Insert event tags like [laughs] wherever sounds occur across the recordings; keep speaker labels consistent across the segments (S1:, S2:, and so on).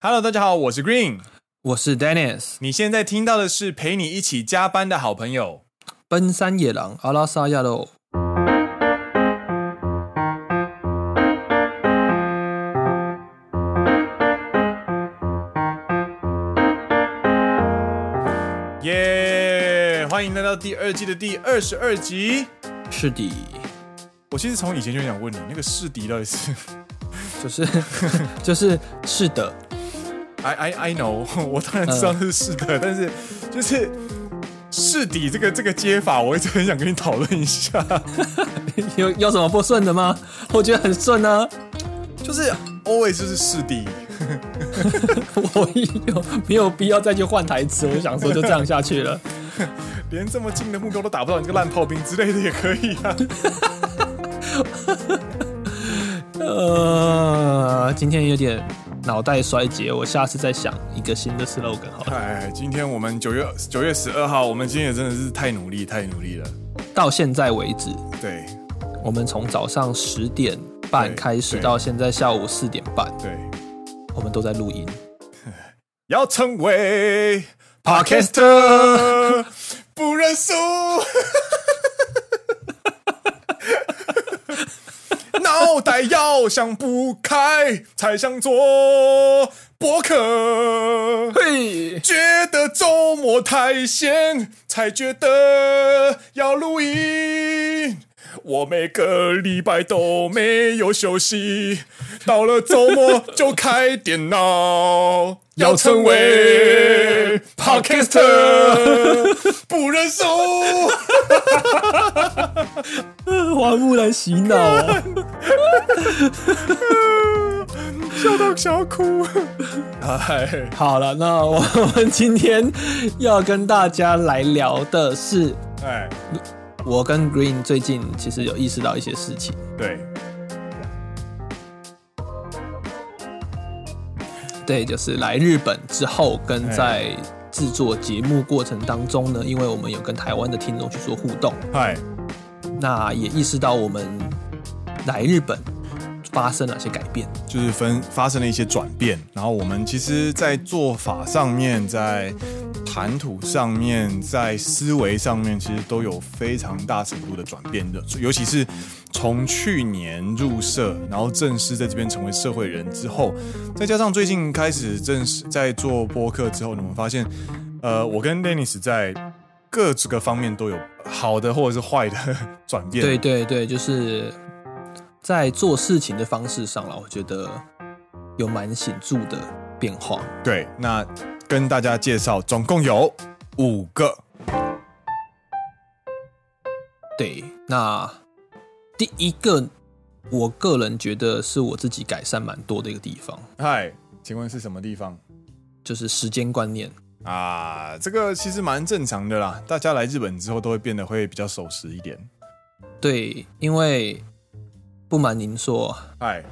S1: Hello，大家好，我是 Green。
S2: 我是 Dennis，
S1: 你现在听到的是陪你一起加班的好朋友。
S2: 奔山野狼阿拉萨亚喽。
S1: 耶、欢迎来到第二季的第二十二集。
S2: 是的，
S1: 我其实从以前就想问你，那个世敌到底是 [laughs]
S2: 就是 [laughs] 就是是的， [laughs]
S1: ？I I I know，我 [laughs] 当然知道那是是的，但是就是世敌这个这个接法，我一直很想跟你讨论一下。 [laughs]
S2: 有有什么不顺的吗？我觉得很顺啊，
S1: 就是 always 就是世敌，
S2: 我有没有必要再去换台词？我想说就这样下去了。 [laughs]
S1: 连这么近的目标都打不到，你这个烂炮兵之类的也可以啊。
S2: 呃，今天有点脑袋衰竭，我下次再想一个新的 slogan 好了。
S1: 哎，今天我们九月九月十二号，我们今天也真的是太努力，太努力了。
S2: 到现在为止，
S1: 对
S2: 我们从早上十点
S1: 对
S2: 半开始
S1: 对
S2: 到现在下午四点半，
S1: 对，
S2: 我们都在录音。
S1: 要成为 podcaster，不认 [laughs] 输。脑袋要想不开，才想做博客。
S2: 嘿，
S1: 觉得周末太闲，才觉得要录音。我每个礼拜都没有休息，到了周末就开电脑，要成 [laughs] 为 [laughs] podcaster，不认输。
S2: [laughs] 花木兰洗脑、哦。
S1: 笑到想要 [laughs] 哭。哎，
S2: 好了，那我我们今天要跟大家来聊的是，
S1: 哎，
S2: 我跟 Green 最近其实有意识到一些事情。
S1: 对，
S2: 对，就是来日本之后，跟
S1: 哎
S2: 在制作节目过程当中呢，因为我们有跟台湾的听众去做互动，
S1: 嗨，
S2: 那也意识到我们来日本发生哪些改变。
S1: 就是分发生了一些转变，然后我们其实，在做法上面，在谈吐上面，在思维上面，其实都有非常大程度的转变的，尤其是从去年入社，然后正式在这边成为社会人之后，再加上最近开始正式在做播客之后，你们发现，呃，我跟 Dennis 在各这个方面都有好的或者是坏的转变，
S2: 对对对，就是在做事情的方式上了，我觉得有蛮显著的变化。
S1: 对，那跟大家介绍，总共有五个。
S2: 对，那第一个，我个人觉得是我自己改善蛮多的一个地方，
S1: 嗨，请问是什么地方
S2: 就是时间观念。
S1: 啊？这个其实蛮正常的啦，大家来日本之后都会变得会比较守时一点。
S2: 对，因为不瞒您说
S1: 嗨，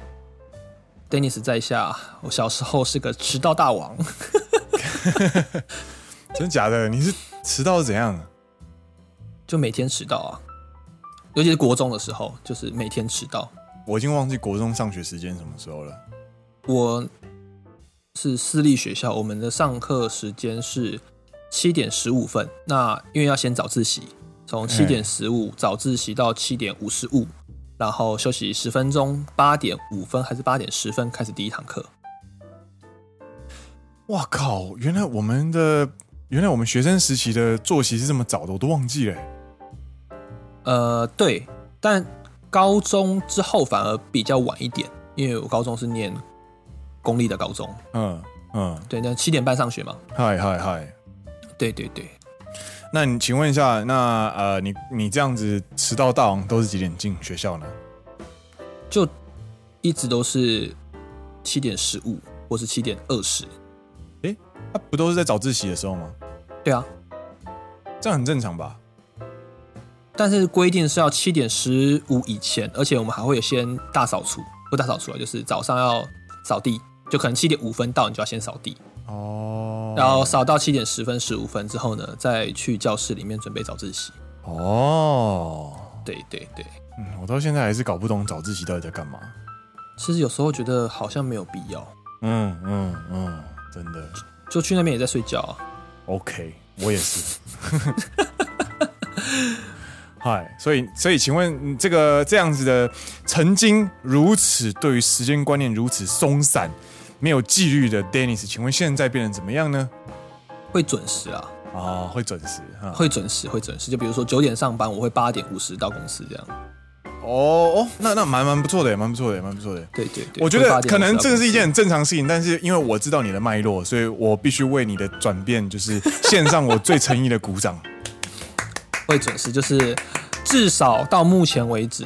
S2: ，Dennis 在下，我小时候是个迟到大王。
S1: 真假的？你是迟到是怎样？
S2: 就每天迟到啊，尤其是国中的时候，就是每天迟到。
S1: 我已经忘记国中上学时间什么时候了。
S2: 我是私立学校，我们的上课时间是七点十五分。那因为要先早自习，从七点十五早自习到七点五十五，然后休息十分钟，八点五分还是八点十分开始第一堂课。
S1: 哇靠！原来我们的原来我们学生时期的作息是这么早的，我都忘记了欸、
S2: 呃，对，但高中之后反而比较晚一点，因为我高中是念公立的高中，
S1: 嗯嗯，
S2: 对，那七点半上学嘛。
S1: 嗨嗨嗨。
S2: 对对对，
S1: 那你请问一下，那呃，你你这样子迟到大王都是几点进学校呢？
S2: 就一直都是七点十五或是七点二十。
S1: 啊，不都是在早自习的时候吗？
S2: 对啊，
S1: 这样很正常吧？
S2: 但是规定是要七点十五以前，而且我们还会有先大扫除，不大扫除啊，就是早上要扫地，就可能七点五分到你就要先扫地，
S1: 哦，
S2: 然后扫到七点十分、十五分之后呢，再去教室里面准备早自习。
S1: 哦，
S2: 对对对，
S1: 嗯，我到现在还是搞不懂早自习到底在干嘛。
S2: 其实有时候觉得好像没有必要，
S1: 嗯嗯嗯，真的
S2: 就去那边也在睡觉啊。
S1: OK，我也是。 [laughs] 嗨，所以所以，请问嗯这个这样子的，曾经如此对于时间观念如此松散、没有纪律的 Dennis，请问现在变成怎么样呢？
S2: 会准时啊，
S1: 啊，会准时哈。
S2: 会准时，会准时。就比如说九点上班，我会八点五十到公司这样。
S1: 哦哦，那那蛮蛮不错的，蛮不错的，蛮不错的。
S2: 对对对，
S1: 我觉
S2: 会
S1: 得
S2: 8点
S1: 可能
S2: 50
S1: 这个是一件
S2: 到公
S1: 很正常事情，但是因为我知道你的脉络，所以我必须为你的转变，就是献上我最诚意的鼓掌。
S2: 司会准时，就是至少到目前为止，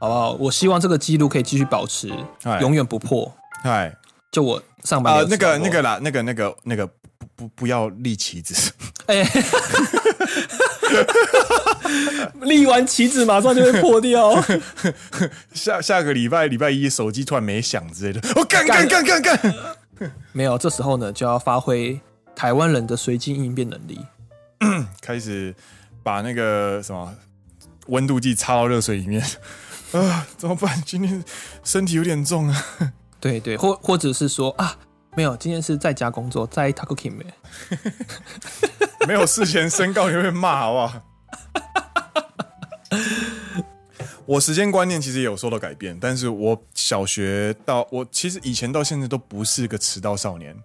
S2: 好不好？我希望这个记录可以继续保持
S1: 哎，
S2: [laughs] 永远不破。
S1: 嗨，
S2: 就我上班
S1: 啊、
S2: 没有
S1: 哎那个
S2: 迟到过
S1: 那个，啦，那个那个那个不不不要立旗子，
S2: 哎， [laughs] 立完旗子马上就会破 [laughs] 掉。
S1: [laughs] 下下个礼拜礼拜一手机突然没响之类的，我干干干干干， [laughs]
S2: 没有，这时候呢就要发挥台湾人的随机应变能力。
S1: 开始把那个什么温度计插到热水里面。 [laughs] 啊，怎么办？今天身体有点重啊。
S2: 对对，或或者是说啊，没有，今天是在家工作，在 Taco Kim，欸
S1: 没有事前申告，你会被骂好不好？ [laughs] 我时间观念其实也有受到改变，但是我小学到我其实以前到现在都不是个迟到少年，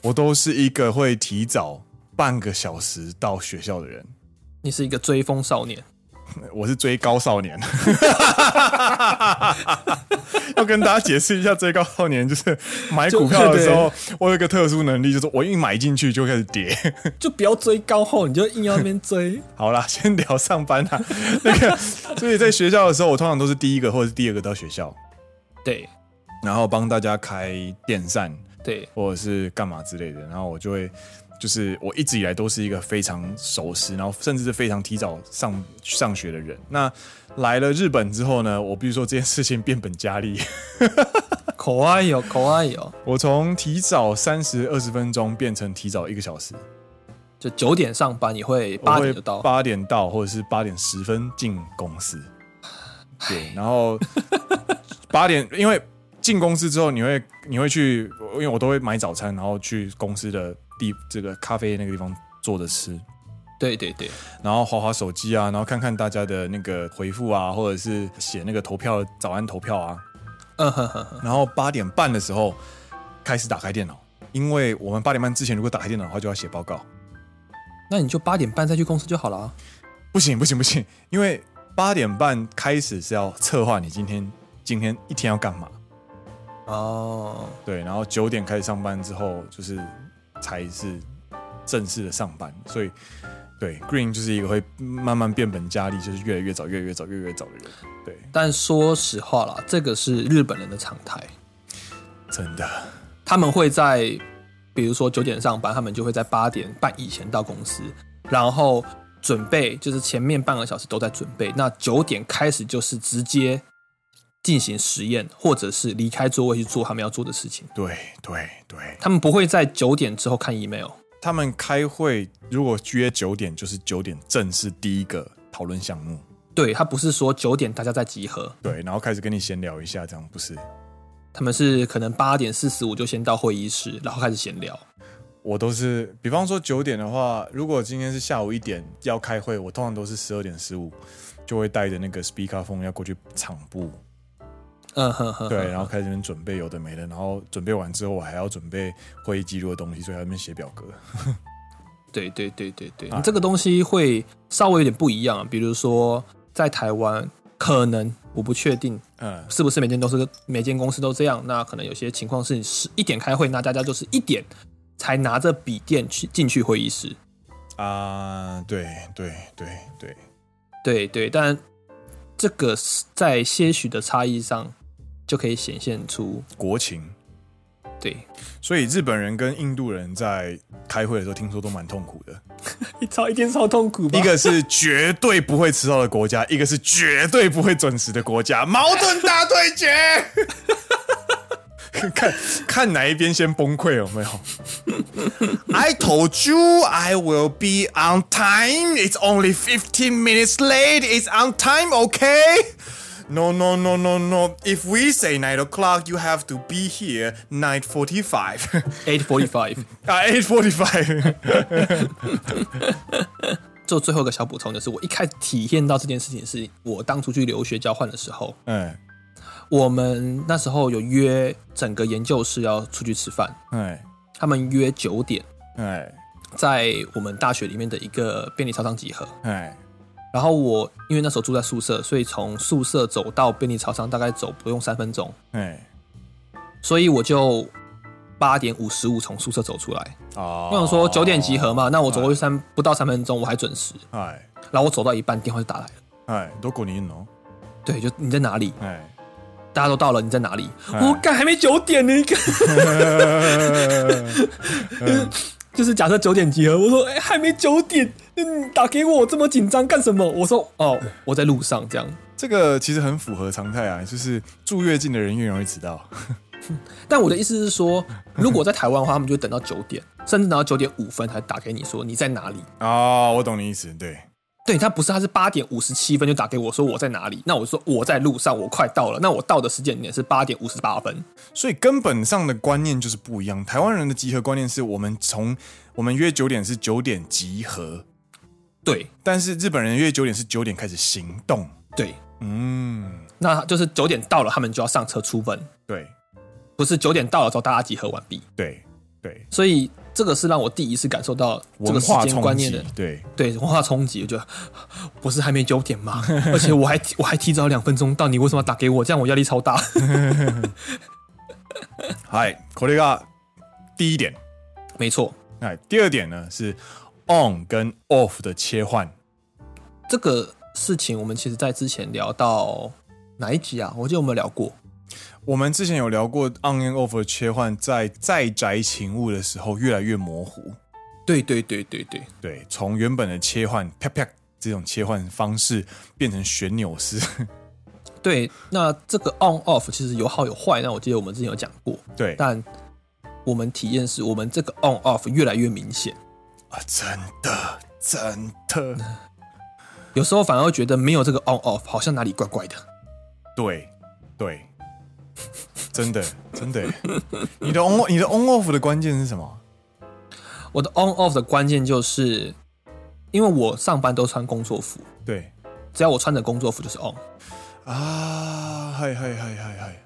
S1: 我都是一个会提早半个小时到学校的人，
S2: 你是一个追风少年。
S1: 我是追高少年。 [laughs] 要跟大家解释一下，追高少年就是买股票的时候，我有一个特殊能力，就是我一买进去就开始跌。
S2: 就不要追高后，你就硬要那边追。
S1: 好啦， [laughs] 先聊上班啦。 [laughs] 那个，所以在学校的时候，我通常都是第一个或者是第二个到学校，
S2: [laughs] 对
S1: 然后帮大家开电扇
S2: 对，
S1: 或者是干嘛之类的，然后我就会。就是我一直以来都是一个非常守时，然后甚至是非常提早上上学的人。那来了日本之后呢，我必须说这件事情变本加厉。 [laughs]
S2: 口爱有口爱哦有，
S1: 我从提早三十二十分钟变成提早一个小时，
S2: 就九点上班，你会
S1: 我
S2: 八
S1: 会
S2: 点就到。
S1: 八点到或者是八点十分进公司。对，然后八点， [laughs] 因为进公司之后，你会你会去，因为我都会买早餐，然后去公司的地这个咖啡那个地方坐着吃，
S2: 对对对，
S1: 然后划划手机啊，然后看看大家的那个回复啊，或者是写那个投票早安投票啊，
S2: 嗯哼哼哼，
S1: 然后八点半的时候开始打开电脑，因为我们八点半之前如果打开电脑的话，就要写报告。
S2: 那你就八点半再去公司就好了啊。
S1: 不行不行不行，因为八点半开始是要策划你今天今天一天要干嘛，
S2: 哦，
S1: 对，然后九点开始上班之后就是才是正式的上班，所以对 Green 就是一个会慢慢变本加厉，就是越来越早越来越早越来越早的人，对，
S2: 但说实话啦，这个是日本人的常态，
S1: 真的，
S2: 他们会在比如说九点上班，他们就会在八点半以前到公司，然后准备就是前面半个小时都在准备，那九点开始就是直接进行实验，或者是离开座位去做他们要做的事情。
S1: 对对对，
S2: 他们不会在九点之后看 email。
S1: 他们开会如果约九点，就是九点正式第一个讨论项目，
S2: 对他不是说九点大家在集合，
S1: 对，然后开始跟你闲聊一下，这样不是？
S2: 他们是可能八点四十五就先到会议室，然后开始闲聊。
S1: 我都是，比方说九点的话，如果今天是下午一点要开会，我通常都是十二点十五就会带着那个 speaker 风要过去场部，
S2: 嗯哼 [laughs] 哼，
S1: 对，然后开始那边准备有的没的，然后准备完之后我还要准备会议记录的东西，所以还要那边写表格。
S2: 对对对对对，
S1: 哎
S2: 这个东西会稍微有点不一样、啊比如说在台湾，可能我不确定
S1: 嗯，
S2: 是不是每间都是每间公司都这样。那可能有些情况是十一点开会，那大家就是一点才拿着笔电去进去会议室。
S1: 啊、对对对对，
S2: 对对，但这个是在些许的差异上就可以显现出
S1: 国情。
S2: 对
S1: 所以日本人跟印度人在开会的时候，听说都蛮痛苦的。
S2: [laughs] 你超一定超痛苦吧？
S1: 一个是绝对不会迟到的国家，一个是绝对不会准时的国家，矛盾大对决。 [laughs] 看看哪一边先崩溃有没有？I told you I will be on time. It's only fifteen minutes late. It's on time, OK? No, no, no, no, no. If we say nine o'clock, you have to be here nine forty-five. [laughs]
S2: Eight forty five。
S1: 啊，eight forty-five. [laughs]
S2: 做最后一个小补充就是，我一开始体验到这件事情是我当初去留学交换的时候，
S1: 哎
S2: 我们那时候有约整个研究室要出去吃饭，
S1: 哎
S2: 他们约九点
S1: 哎
S2: 在我们大学里面的一个便利超商集合。
S1: 哎，
S2: 然后我因为那时候住在宿舍，所以从宿舍走到便利超商大概走不用三分钟，
S1: 哎
S2: 所以我就八点五十五从宿舍走出来。
S1: 哦。
S2: 那我说九点集合嘛，那我走过
S1: 哎
S2: 去三不到三分钟我还准时，
S1: 哎
S2: 然后我走到一半电话就打来了。
S1: 哎，どこにいるの？
S2: 对，就你在哪里？
S1: 哎，
S2: 大家都到了，你在哪里？
S1: 哎
S2: 我干还没九点呢，你干 [laughs]
S1: 哎
S2: 就是假设九点集合，我说哎、还没九点，嗯，打给我这么紧张干什么？我说哦我在路上这样，
S1: 这个其实很符合常态啊，就是住越近的人越容易迟到。
S2: 但我的意思是说，如果在台湾的话，他们就会等到九点，甚至等到九点五分才打给你说你在哪里。
S1: 哦，我懂你意思，对。
S2: 对他不是，他是八点五十七分就打给我说我在哪里，那我说我在路上，我快到了。那我到的时间点是八点五十八分，
S1: 所以根本上的观念就是不一样。台湾人的集合观念是我们从我们约九点是九点集合，
S2: 对
S1: 但是日本人约九点是九点开始行动。
S2: 对，
S1: 嗯，
S2: 那就是九点到了，他们就要上车出门，
S1: 对
S2: 不是九点到了之后大家集合完毕。
S1: 对对，
S2: 所以这个是让我第一次感受到这
S1: 文
S2: 个时
S1: 化
S2: 间
S1: 冲
S2: 观念
S1: 击
S2: 的，
S1: 对
S2: 对文化冲击。我觉得不是还没九点吗？ [laughs] 而且我还提我还提早两分钟到，你为什么要打给我？这样我压力超大。 [laughs]
S1: 嗨，これが第一点。
S2: 没错，
S1: 哎，第二点呢是 on 跟 off 的切换。
S2: 这个事情我们其实在之前聊到哪一集啊？我记得我们有聊过。
S1: 我们之前有聊过 on 跟 off 的切换，在在宅勤务的时候越来越模糊。
S2: 对对对对对，
S1: 对，从原本的切换啪啪这种切换方式，变成旋钮式。 [laughs]
S2: 对，那这个 on off 其实有好有坏。那我记得我们之前有讲过，
S1: 对
S2: 但我们体验是我们这个 on off 越来越明显，
S1: 啊，真的真的，
S2: 有时候反而会觉得没有这个 on off 好像哪里怪怪的。
S1: 对对，真的真的。你的 on 你的 on off 的关键是什么？
S2: 我的 on off 的关键就是，因为我上班都穿工作服，
S1: 对
S2: 只要我穿着工作服就是 on。
S1: 啊，嗨嗨嗨嗨嗨，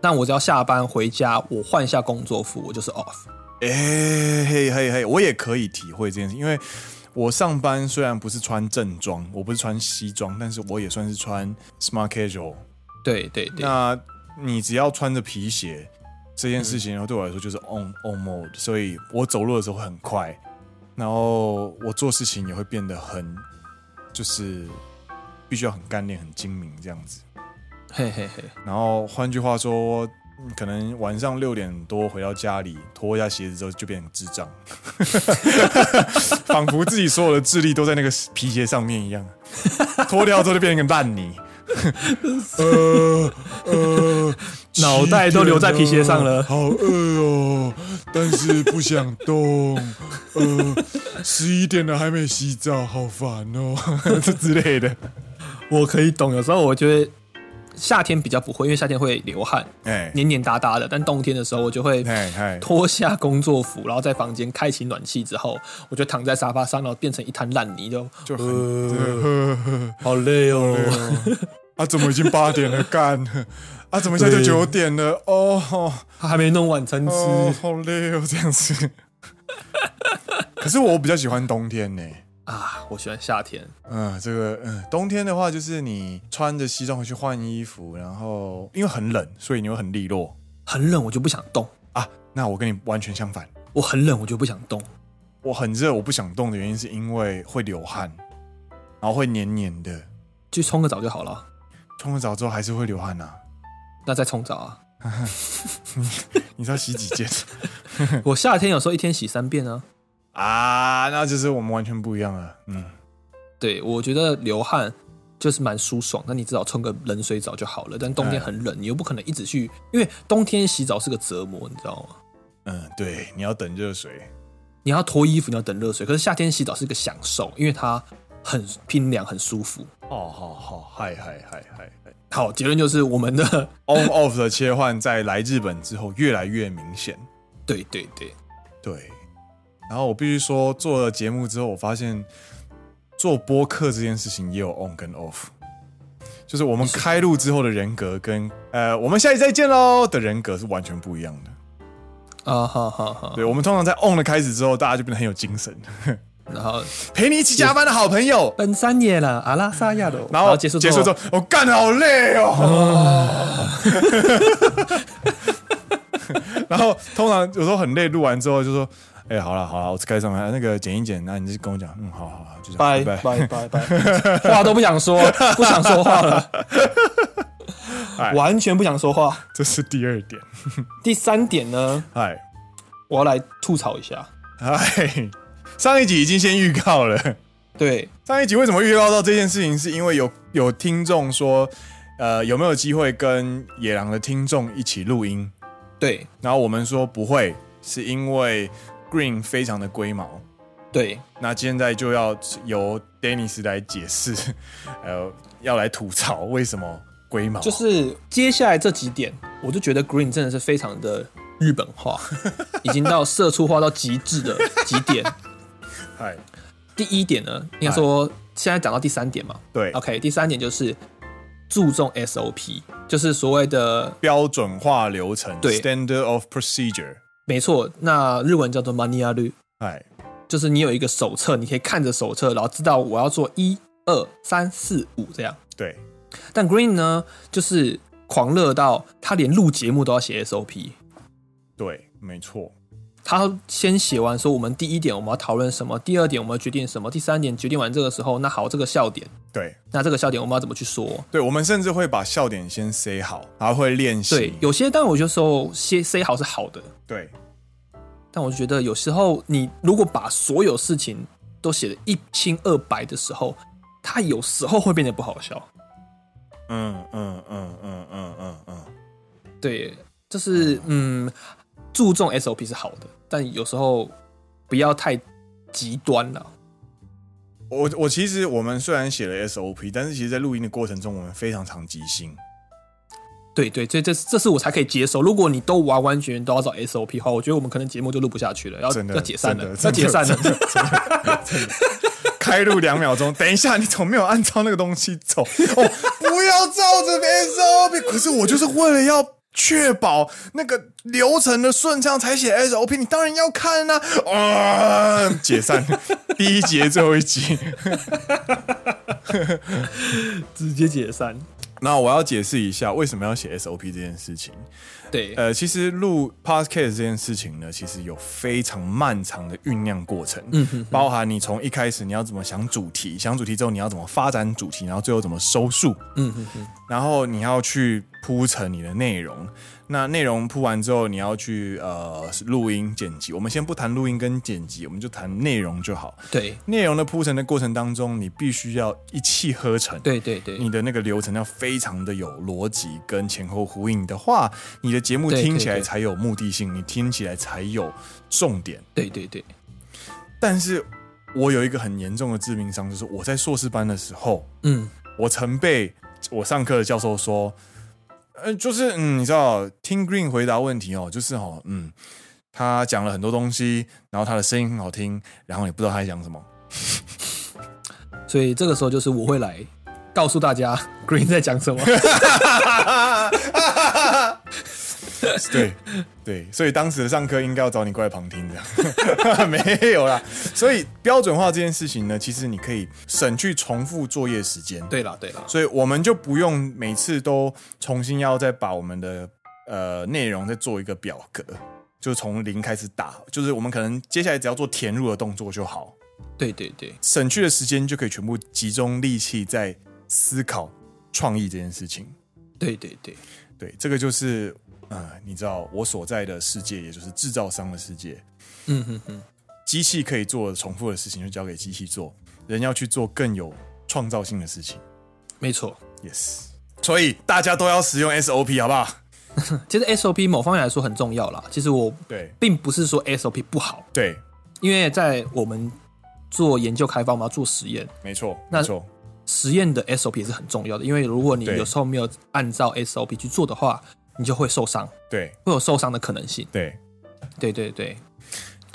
S2: 但我只要下班回家，我换一下工作服，我就是 off。
S1: 哎嘿嘿嘿，我也可以体会这件事，因为。我上班虽然不是穿正装，我不是穿西装，但是我也算是穿 smart casual，
S2: 对对对，
S1: 那你只要穿着皮鞋，这件事情然后对我来说就是 on on mode，所以我走路的时候会很快，然后我做事情也会变得很，就是必须要很干练、很精明这样子。
S2: 嘿嘿嘿，
S1: 然后换句话说，嗯可能晚上六点多回到家里，脱一下鞋子之后就变成智障， [laughs] 仿佛自己所有的智力都在那个皮鞋上面一样。脱掉之后就变成个烂泥， [laughs] 呃呃，
S2: 脑袋都留在皮鞋上了
S1: 好饿哦，但是不想动， [laughs] 呃，十一点了还没洗澡，好烦哦，这 [laughs] 之类的。
S2: 我可以懂。有时候我觉得夏天比较不会，因为夏天会流汗，
S1: 哎，
S2: 黏黏哒哒的。但冬天的时候，我就会
S1: 哎哎，
S2: 脱下工作服，然后在房间开启暖气之后，我就躺在沙发上，然后变成一滩烂泥，就
S1: 就很
S2: 呃好累哦。
S1: 啊，怎么已经八点了？干！啊，怎么现在就九点了？哦，哦
S2: [laughs] 还没弄晚餐吃，
S1: 哦，好累哦，这样子。 [laughs] 可是我比较喜欢冬天呢、
S2: 啊，我喜欢夏天。
S1: 嗯，这个嗯，冬天的话就是你穿着西装回去换衣服，然后因为很冷，所以你会很利落
S2: 很冷我就不想动，
S1: 啊。那我跟你完全相反，
S2: 我很冷我就不想动。
S1: 我很热，我不想动的原因是因为会流汗，然后会黏黏的，
S2: 去冲个澡就好了，
S1: 冲了澡之后还是会流汗呐、啊。
S2: 那再冲澡啊。
S1: 你知道洗几件 [laughs] 嗯
S2: 我夏天有时候一天洗三遍啊。
S1: 啊？那就是我们完全不一样了。嗯。
S2: 对，我觉得流汗就是蛮舒爽，那你至少冲个冷水澡就好了。但冬天很
S1: 嗯
S2: 冷，你又不可能一直去，因为冬天洗澡是个折磨，你知道吗？
S1: 嗯，对，你要等热水。
S2: 你要脱衣服，你要等热水。可是夏天洗澡是个享受，因为它很冰凉，很舒服。
S1: 哦，好好，嗨嗨嗨嗨嗨
S2: 好，结论就是我们的 [laughs]
S1: ，on off 的切换在来日本之后越来越明显。
S2: 对对对，
S1: 对，然后我必须说，做了节目之后，我发现做播客这件事情也有 on 跟 off，就是我们开录之后的人格跟呃，我们下期再见喽的人格是完全不一样的。
S2: 啊，好好好，
S1: 对，我们通常在 on 的开始之后，大家就变得很有精神，
S2: 然后
S1: 陪你一起加班的好朋友。
S2: 本山野了，阿拉萨亚罗，
S1: 然后
S2: 结束
S1: 结束之后，我干好累哦。 [laughs] 然后通常有时候很累，录完之后就说：“哎、好了好了，我该上班，那个剪一剪。”那你就跟我讲，嗯，好好好，就这
S2: 拜
S1: 样，
S2: 拜
S1: 拜拜。
S2: 拜拜，话都不想 [laughs] 说，不想说话了
S1: 哎，
S2: 完全不想说话。
S1: 这是第二点，
S2: 第三点呢，
S1: 嗨
S2: 我要来吐槽一下。
S1: 嗨，上一集已经先预告了。
S2: 对，
S1: 上一集为什么预告到这件事情，是因为有有听众说，呃，有没有机会跟野狼的听众一起录音？
S2: 对，
S1: 然后我们说不会，是因为 Green 非常的龟毛。
S2: 对，
S1: 那现在就要由 Dennis 来解释，呃，要来吐槽为什么龟毛，
S2: 就是接下来这几点，我就觉得 Green 真的是非常的日本 [laughs] 化，已经到社畜化到极致 [laughs] 的极点。
S1: 嗨，
S2: 第一点呢，应该说现在讲到第三点嘛。
S1: 对
S2: OK，第三点就是注重 SOP，就是所谓的
S1: 标准化流程，
S2: 对
S1: standard of procedure，
S2: 没错，那日文叫做 mania 律，
S1: 嗨，
S2: 就是你有一个手册，你可以看着手册，然后知道我要做一二三四五这样。
S1: 对，
S2: 但 Green 呢，就是狂热到他连录节目都要写 SOP。
S1: 对，没错，
S2: 他先写完说我们第一点我们要讨论什么，第二点我们要决定什么，第三点决定完这个时候，那好，这个笑点，
S1: 对，
S2: 那这个笑点我们要怎么去说？
S1: 对，我们甚至会把笑点先塞好，还会练习，
S2: 对，有些但我有些时候 C C 好是好的，
S1: 对
S2: 但我觉得有时候你如果把所有事情都写得一清二白的时候，它有时候会变得不好笑。
S1: 嗯嗯嗯嗯嗯嗯嗯，
S2: 对，就是嗯，注重 SOP 是好的，但有时候不要太极端了。
S1: 我我其实我们虽然写了 SOP，但是其实在录音的过程中，我们非常常即兴，
S2: 对对，这这这是我才可以接受。如果你都完完全全都要找 SOP 的话，我觉得我们可能节目就录不下去了，要
S1: 真的
S2: 要解散了，要
S1: 真的
S2: 解散了。
S1: 开录两秒钟，等一下，你怎么没有按照那个东西走？哦，不要照着 SOP。可哦是我就是为了要确保那个流程的顺畅才写 SOP，你当然要看呐、啊。解 [laughs] 散，第一节最后一集。
S2: [laughs] 直接解散。
S1: [laughs] 那我要解释一下为什么要写 SOP 这件事情。
S2: 对，
S1: 呃，其实录 podcast 这件事情呢，其实有非常漫长的酝酿过程，嗯包含你从一开始你要怎么想主题，想主题之后你要怎么发展主题，然后最后怎么收束，
S2: 嗯嗯嗯，
S1: 然后你要去铺陈你的内容。那内容铺完之后，你要去呃录音剪辑。我们先不谈录音跟剪辑，我们就谈内容就好。
S2: 对
S1: 内容的铺陈的过程当中，你必须要一气呵成。
S2: 对对对
S1: 你的那个流程要非常的有逻辑跟前后呼应的话，你的节目
S2: 对
S1: 听
S2: 对
S1: 起来
S2: 对
S1: 才有目的性，你听起来才有重点。
S2: 对对对，
S1: 但是我有一个很严重的致命伤，就是我在硕士班的时候，
S2: 嗯，
S1: 我曾被我上课的教授说，呃，就是嗯，你知道，听 Green 回答问题哦，就是哦，嗯，他讲了很多东西，然后他的声音很好听，然后你不知道他在讲什么。
S2: 所以这个时候就是我会来告诉大家 [laughs] Green 在
S1: [laughs]
S2: 讲什么。
S1: [laughs] 对对，所以当时的上课应该要找你过来旁听这样， [laughs] 没有啦。所以标准化这件事情呢，其实你可以省去重复作业时间。，
S2: 对啦对啦，
S1: 所以我们就不用每次都重新要再把我们的呃内容再做一个表格，就从零开始打，就是我们可能接下来只要做填入的动作就好，
S2: 对对对
S1: 省去的时间就可以全部集中力气在思考创意这件事情。
S2: 对对对，
S1: 对，这个就是呃，你知道我所在的世界，也就是制造商的世界，
S2: 嗯嗯嗯，
S1: 机器可以做重复的事情就交给机器做，人要去做更有创造性的事情。
S2: 没错。
S1: Yes，所以大家都要使用 SOP，好不好？
S2: 其实 SOP 某方面来说很重要啦。其实我
S1: 对
S2: 并不是说 SOP 不好，
S1: 对
S2: 因为在我们做研究开发，我们要做实验，
S1: 没错，
S2: 那
S1: 没错，
S2: 实验的 SOP 也是很重要的，因为如果你
S1: 对
S2: 有时候没有按照 SOP 去做的话，你就会受伤，
S1: 对
S2: 会有受伤的可能性。
S1: 对，
S2: 对对对。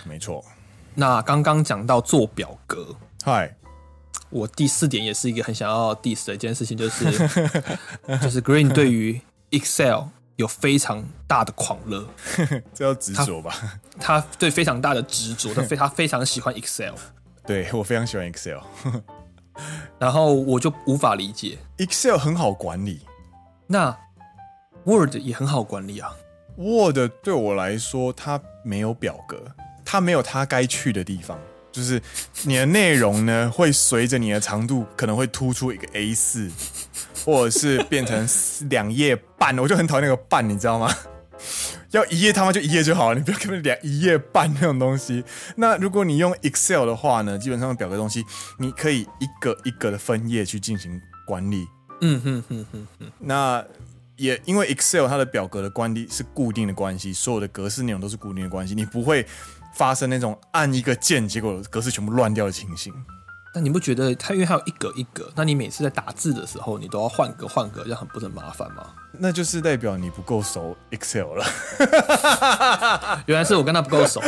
S1: 没错。
S2: 那刚刚讲到做表格，
S1: 嗨，
S2: 我第四点也是一个很想要 diss 的一件事情，就是就是 Green 对于 Excel 有非常大的狂热，
S1: 这要执着吧？
S2: 他对非常大的执着，他非他非常喜欢 Excel，
S1: [laughs] 对我非常喜欢 Excel，Excel
S2: 然后我就无法理解。
S1: 很好管理
S2: 那 Word 也很好管理啊，
S1: ，Word 对我来说它没有表格，它没有它该去的地方。就是你的内容呢，会随着你的长度可能会突出一个 A 四， [laughs] 或者是变成两页半，我就很讨厌那个半，你知道吗？ [laughs] 要一页他妈就一页就好了，你不要给我两一页半那种东西。那如果你用 Excel 的话呢，基本上表格东西你可以一个一个的分页去进行管理。
S2: 嗯哼哼哼，
S1: 那也因为 Excel 它的表格的管理是固定的关系，所有的格式内容都是固定的关系，你不会发生那种按一个键，结果格式全部乱掉的情形。
S2: 那你不觉得它因为它有一格一格，那你每次在打字的时候，你都要换格换格，这样很不是很麻烦吗？
S1: 那就是代表你不够熟 Excel 了。 [laughs]
S2: 原来是我跟他不够熟，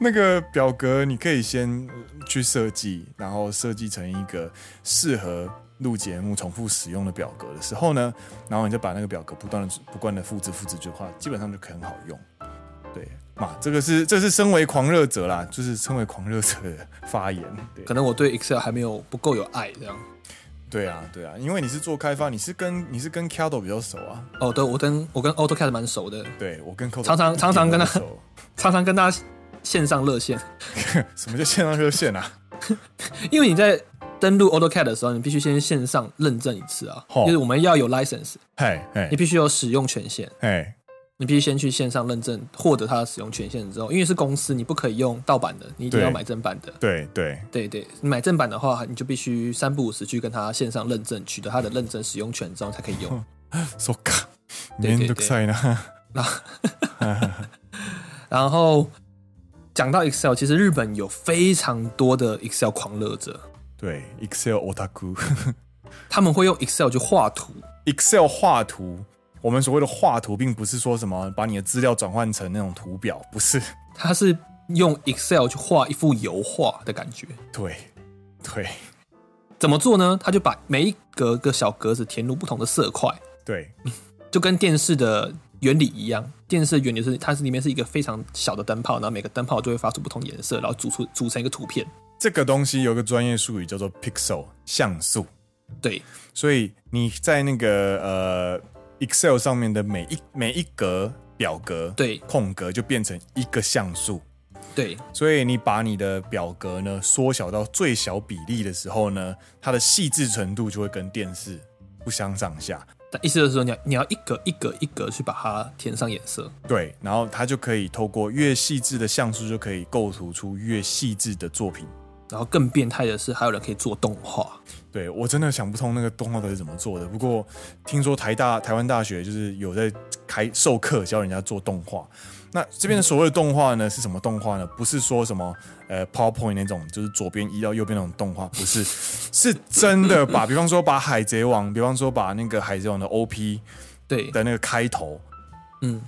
S1: 那个表格你可以先去设计，然后设计成一个适合录节目重复使用的表格的时候呢，然后你再把那个表格不断的不断的复制复制的话，基本上就可以很好用。对，嘛，这个是这是身为狂热者啦，就是身为狂热者的发言。对
S2: 可能我对 Excel 还没有不够有爱这样。
S1: 对啊，对啊，因为你是做开发，你是跟你是跟 Cado 比较熟啊。
S2: 哦，对，我跟我跟 AutoCAD 蛮熟的，
S1: 对我跟 Cado
S2: 常常常常跟他
S1: 一点都不熟
S2: 常常跟大家线上热线，
S1: 什么叫线上热线啊？ [laughs]
S2: 因为你在登录 AutoCAD 的时候，你必须先线上认证一次啊，
S1: 哦
S2: 就是我们要有 license，
S1: 嘿
S2: 你
S1: 嘿
S2: 必须有使用权限，
S1: 嘿，
S2: 你必须先去线上认证获得它的使用权限之后，因为是公司，你不可以用盗版的，你一定要
S1: 对
S2: 买正版的。
S1: 对对
S2: 对对，你买正版的话，你就必须三不五时去跟他线上认证，取得他的认证使用权之后才可以用。
S1: ，so 卡，
S2: 对对对
S1: 面对赛呢？ [laughs]
S2: 然后讲到 Excel，其实日本有非常多的 Excel 狂热者，
S1: 对，Excel otaku。 [laughs]
S2: 他们会用 Excel 去画图，
S1: Excel 画图，我们所谓的画图，并不是说什么把你的资料转换成那种图表，不是。 [laughs]
S2: 他是用 Excel 去画一幅油画的感觉。
S1: 对，对，
S2: 怎么做呢？他就把每一格个小格子填入不同的色块，
S1: 对，
S2: 就跟电视的原理一样。电视的原理是它是里面是一个非常小的灯泡，然后每个灯泡就会发出不同颜色，然后组出组成一个图片。
S1: 这个东西有个专业术语叫做 pixel 像素，
S2: 对，
S1: 所以你在那个呃 Excel 上面的每一每一格表格，
S2: 对
S1: 空格就变成一个像素。
S2: 对，
S1: 所以你把你的表格呢缩小到最小比例的时候呢，它的细致程度就会跟电视不相上下。
S2: 但意思就是说，你要你要一格一格一格去把它填上颜色。
S1: 对，然后它就可以透过越细致的像素，就可以构图出越细致的作品。
S2: 然后更变态的是，还有人可以做动画。
S1: 对我真的想不通那个动画到底是怎么做的。不过听说台大台湾大学就是有在开授课教人家做动画。那这边的所谓的动画呢，是什么动画呢？不是说什么呃 PowerPoint 那种，就是左边移到右边那种动画，不是，是真的把，比方说把海贼王，比方说把那个海贼王的 OP
S2: 对，
S1: 的那个开头，
S2: 嗯，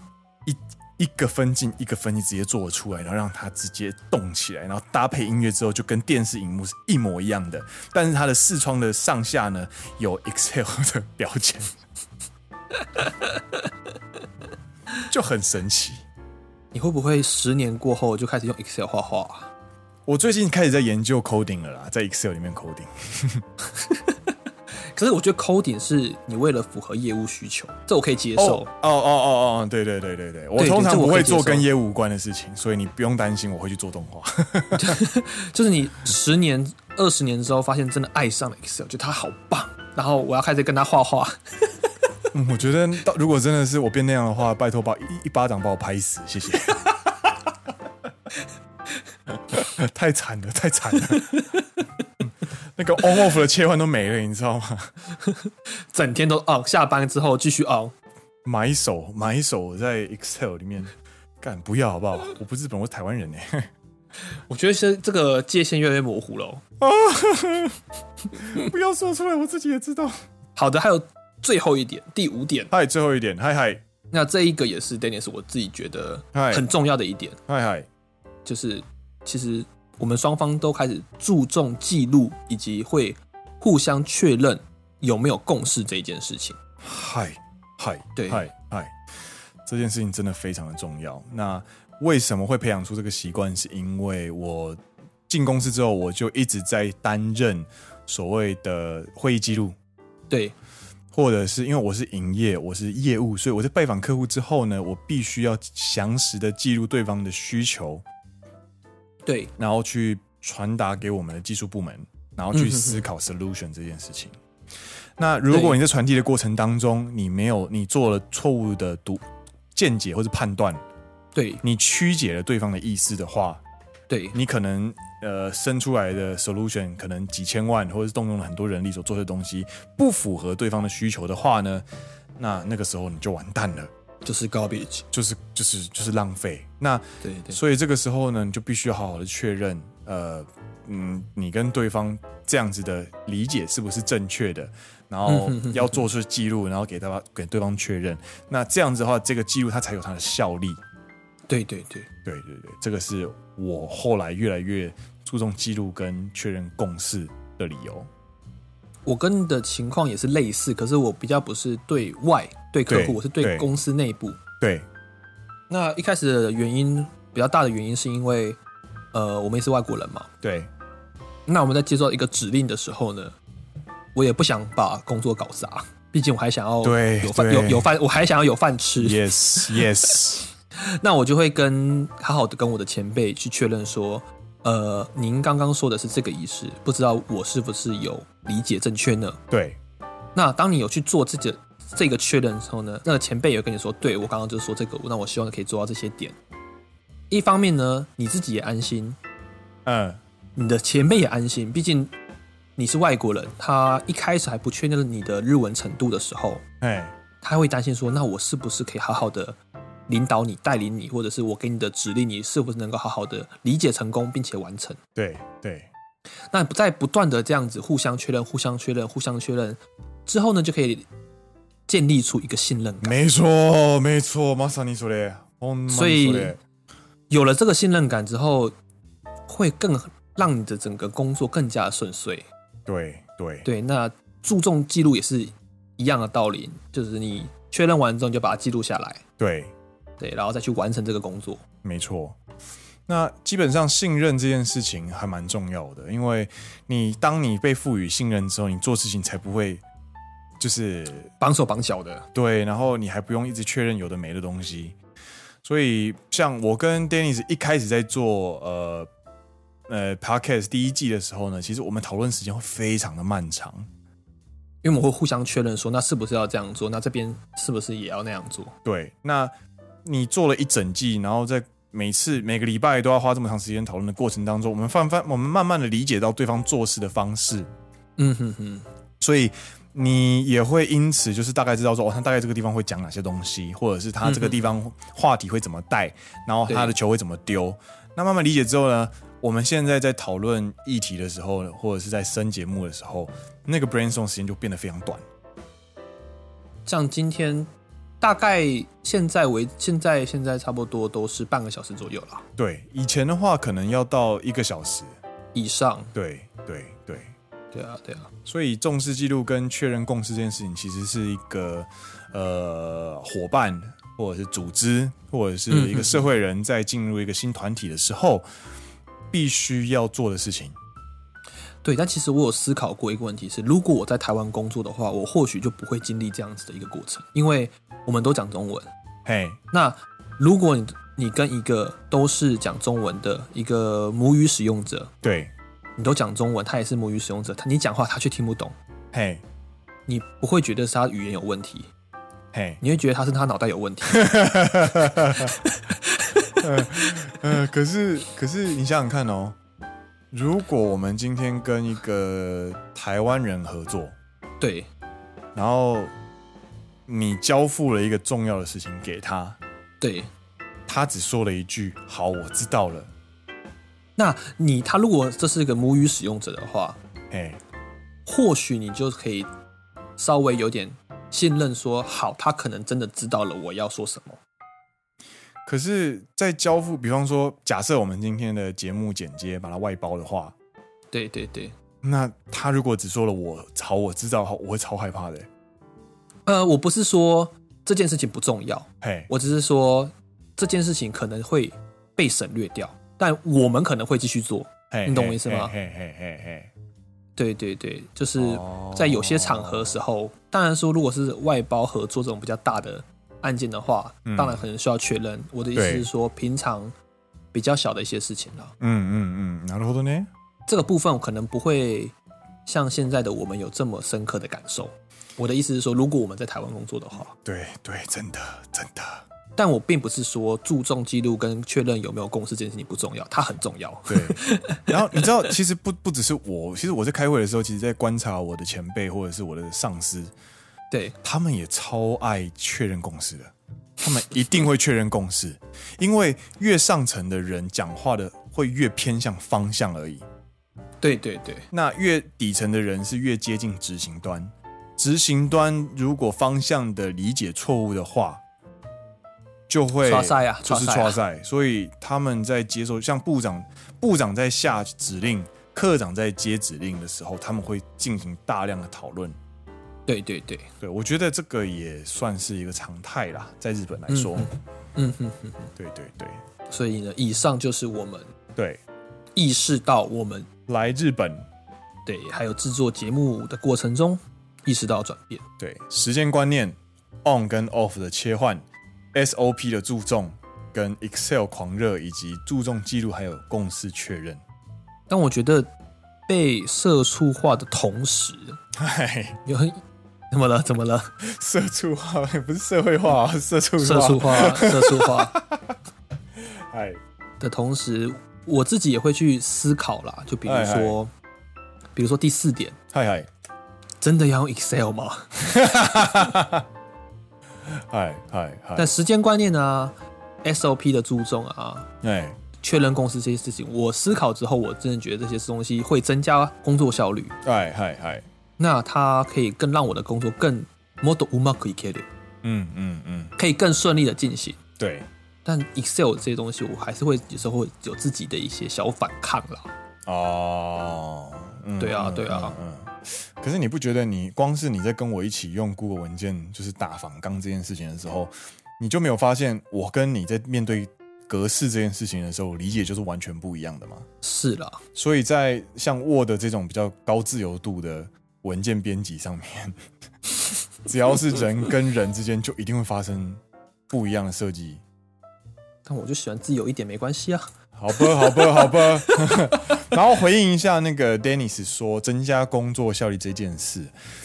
S1: 一个分镜一个分镜直接做出来，然后让它直接动起来，然后搭配音乐之后，就跟电视荧幕是一模一样的。但是它的视窗的上下呢， [laughs] 有 Excel 的标签，就很神奇。
S2: 你会不会十年过后就开始用 Excel 画画啊、
S1: 我最近开始在研究 coding 了啦，在 Excel 里面 coding。
S2: 可是我觉得 coding 是你为了符合业务需求，这我可以接受。
S1: 哦哦哦哦，对对对对对，我
S2: 对
S1: 通常
S2: 这我
S1: 不
S2: 可
S1: 会
S2: 以接
S1: 做
S2: 受
S1: 跟业务无关的事情，所以你不用担心我会去做动画。
S2: 就是你十年、二十年之后，发现真的爱上了 Excel，觉得它好棒，然后我要开始跟他画画。
S1: 嗯我觉得到如果真的是我变那样的话，拜托把一一巴掌把我拍死，谢 [laughs] 谢。太惨了，太惨了。那个 on off 的切换都没了，你知道吗？
S2: 整天都 on，下班之后继续哦 on。
S1: 买手买手在 Excel 里面干不要好不好？我不是日本，我是台湾人呢、欸
S2: 我觉得是这个界限越来越模糊了哦。
S1: [laughs] 不要说出来，我自己也知道。
S2: 好的，还有最后一点，第五点，
S1: 嗨，最后一点，嗨嗨
S2: 那这一个也是 Dennis 我自己觉得
S1: 嗨
S2: 很重要的一点，
S1: 嗨嗨，
S2: 就是其实我们双方都开始注重记录，以及会互相确认有没有共识这一件事情。
S1: 嗨嗨，
S2: 对
S1: 嗨嗨，这件事情真的非常的重要。那为什么会培养出这个习惯？是因为我进公司之后，我就一直在担任所谓的会议记录，
S2: 对，
S1: 或者是因为我是营业，我是业务，所以我在拜访客户之后呢，我必须要详实的记录对方的需求，
S2: 对，
S1: 然后去传达给我们的技术部门，然后去思考 solution 这件事情。那如果
S2: 对
S1: 你在传递的过程当中，你没有你做了错误的读见解或者判断，
S2: 对，
S1: 你曲解了对方的意思的话，
S2: 对，
S1: 你可能呃生出来的 solution 可能几千万，或者是动用了很多人力所做的东西，不符合对方的需求的话呢，那那个时候你就完蛋了，
S2: 就是 garbage。
S1: 就是就是就是浪费。那
S2: 对对
S1: 所以这个时候呢，你就必须要好好的确认，呃，嗯，你跟对方这样子的理解是不是正确的，然后
S2: 嗯
S1: 要做出记录，然后给他给对方确认。那这样子的话，这个记录它才有它的效力。
S2: 对对对，
S1: 对对对，这个是我后来越来越注重记录跟确认共识的理由。
S2: 我跟你的情况也是类似，可是我比较不是对外对客
S1: 对
S2: 户，我是
S1: 对
S2: 对公司内部。
S1: 对
S2: 那一开始的原因比较大的原因是因为，呃，我们也是外国人嘛。
S1: 对
S2: 那我们在接受一个指令的时候呢，我也不想把工作搞砸，毕竟我还想要
S1: 对
S2: 有饭
S1: 对
S2: 有有饭，我还想要有饭吃。
S1: ，yes yes， [laughs]
S2: 那我就会跟好好的跟我的前辈去确认说，呃，您刚刚说的是这个意思，不知道我是不是有理解正确呢？
S1: 对
S2: 那当你有去做这个这个确认之后呢，那个前辈也会跟你说，对我刚刚就说这个，那我希望你可以做到这些点。一方面呢，你自己也安心，
S1: 嗯，
S2: 你的前辈也安心，毕竟你是外国人，他一开始还不确定你的日文程度的时候，
S1: 哎，
S2: 他会担心说，那我是不是可以好好的领导你、带领你，或者是我给你的指令，你是不是能够好好的理解成功并且完成？
S1: 对对
S2: 那在不断的这样子互相确认、互相确认、互相确认之后呢，就可以建立出一个信任感。
S1: 没错，没错，まさにそれ。ほんまに
S2: 所以
S1: それ
S2: 有了这个信任感之后，会更让你的整个工作更加顺遂。
S1: 对对
S2: 对，那注重记录也是一样的道理，就是你确认完之后你就把它记录下来，
S1: 对，
S2: 对，然后再去完成这个工作。
S1: 没错。那基本上信任这件事情还蛮重要的，因为你当你被赋予信任之后，你做事情才不会就是
S2: 绑手绑脚的，
S1: 对，然后你还不用一直确认有的没的东西。所以，像我跟 Dennis 一开始在做呃呃 podcast 第一季的时候呢，其实我们讨论时间会非常的漫长。
S2: 因为我们会互相确认说，那是不是要这样做？那这边是不是也要那样做？
S1: 对，那你做了一整季，然后在每次每个礼拜都要花这么长时间讨论的过程当中，我们慢慢我们慢慢的理解到对方做事的方式，
S2: 嗯哼哼，
S1: 所以你也会因此就是大概知道说，哦，他大概这个地方会讲哪些东西，或者是他这个地方话题会怎么带，然后他的球会怎么丢。那慢慢理解之后呢，我们现在在讨论议题的时候，或者是在生节目的时候，那个 brainstorm 时间就变得非常短。
S2: 像今天大概现在为现在现在差不多都是半个小时左右啦，
S1: 对，以前的话可能要到一个小时。
S2: 以上。
S1: 对对对，
S2: 对啊，对啊，
S1: 所以重视记录跟确认共识这件事情，其实是一个呃伙伴或者是组织或者是一个社会人在进入一个新团体的时候必须要做的事情。
S2: 对。但其实我有思考过一个问题是，如果我在台湾工作的话，我或许就不会经历这样子的一个过程，因为我们都讲中文。
S1: 嘿，
S2: 那如果你你跟一个都是讲中文的一个母语使用者，
S1: 对，
S2: 你都讲中文，他也是母语使用者，他你讲话他却听不懂，
S1: 嘿，
S2: 你不会觉得是他语言有问题， [laughs]
S1: 嘿，
S2: 你会觉得他是他脑袋有问题。
S1: 呃，可是可是你想想看哦，如果我们今天跟一个台湾人合作，
S2: 对
S1: 然后你交付了一个重要的事情给他，
S2: 对
S1: 他只说了一句“好，我知道了”，
S2: 那你他如果这是一个母语使用者的话，
S1: 哎，
S2: 或许你就可以稍微有点信任说好，他可能真的知道了我要说什么。
S1: 可是，在交付，比方说，假设我们今天的节目剪接把它外包的话，
S2: 对对对，
S1: 那他如果只说了我操，我知道，我会超害怕的、欸。
S2: 呃，我不是说这件事情不重要，
S1: 嘿，
S2: 我只是说这件事情可能会被省略掉，但我们可能会继续做。
S1: 嘿
S2: 你懂我意思吗
S1: 嘿嘿嘿嘿
S2: 对对对，就是
S1: 哦
S2: 在有些场合时候，当然说如果是外包合作这种比较大的案件的话，
S1: 嗯
S2: 当然可能需要确认。我的意思
S1: 对
S2: 是说，平常比较小的一些事情啦，
S1: 嗯嗯嗯，なるほどね。
S2: 这个部分我可能不会像现在的我们有这么深刻的感受。我的意思是说，如果我们在台湾工作的话，
S1: 对对，真的真的。
S2: 但我并不是说注重记录跟确认有没有共识这件事情不重要，它很重要。
S1: 对，然后你知道，其实不不只是我，其实我在开会的时候，其实在观察我的前辈或者是我的上司，
S2: 对，
S1: 他们也超爱确认共识的，他们一定会确认共识，因为越上层的人讲话的会越偏向方向而已，
S2: 对对对，
S1: 那越底层的人是越接近执行端，执行端如果方向的理解错误的话，就会
S2: 刷赛啊
S1: 就是
S2: 刷赛啊
S1: 刷赛，所以他们在接受像部长，部长在下指令，科长在接指令的时候，他们会进行大量的讨论。
S2: 对对对，
S1: 对，我觉得这个也算是一个常态啦，在日本来说，
S2: 嗯哼哼。
S1: [laughs] 对对对
S2: 所以呢，以上就是我们
S1: 对，
S2: 意识到我们
S1: 来日本，
S2: 对，还有制作节目的过程中意识到转变。
S1: 对时间观念 on 跟 off 的切换，SOP 的注重跟 Excel 狂热以及注重记录还有共识确认，
S2: 但我觉得被社畜化的同时，
S1: 嗨，
S2: 有怎么 [laughs] 了？怎么了？
S1: 社畜化不是社会化、啊，社畜化
S2: 社畜，化，社畜化 [laughs]
S1: 哎，
S2: 的同时，我自己也会去思考啦。就比如说，比如说第四点，
S1: 嗨嗨 [laughs]
S2: 真的要用 Excel 吗？
S1: 嗨嗨嗨
S2: 但，时间观念啊，SOP 的注重啊，
S1: 哎，
S2: 确认共识这些事情，我思考之后，我真的觉得这些东西会增加工作效率。
S1: 嗨嗨嗨，
S2: 那它可以更让我的工作更 model うまくいける，
S1: 嗯嗯嗯，
S2: 可以更顺利的进行。
S1: 对
S2: 但 Excel 这些东西，我还是会有时候会有自己的一些小反抗啦。
S1: 哦，嗯
S2: 对啊对啊，
S1: 嗯嗯嗯。可是你不觉得你光是你在跟我一起用 Google 文件就是打仿纲这件事情的时候，你就没有发现我跟你在面对格式这件事情的时候理解就是完全不一样的吗？
S2: 是啦，
S1: 所以在像 Word 这种比较高自由度的文件编辑上面， [laughs] 只要是人跟人之间，就一定会发生不一样的设计。
S2: 但我就喜欢自由一点，没关系啊。
S1: 好吧，好吧，好吧。 [laughs] 然后回应一下那个 Dennis 说增加工作效率这件事，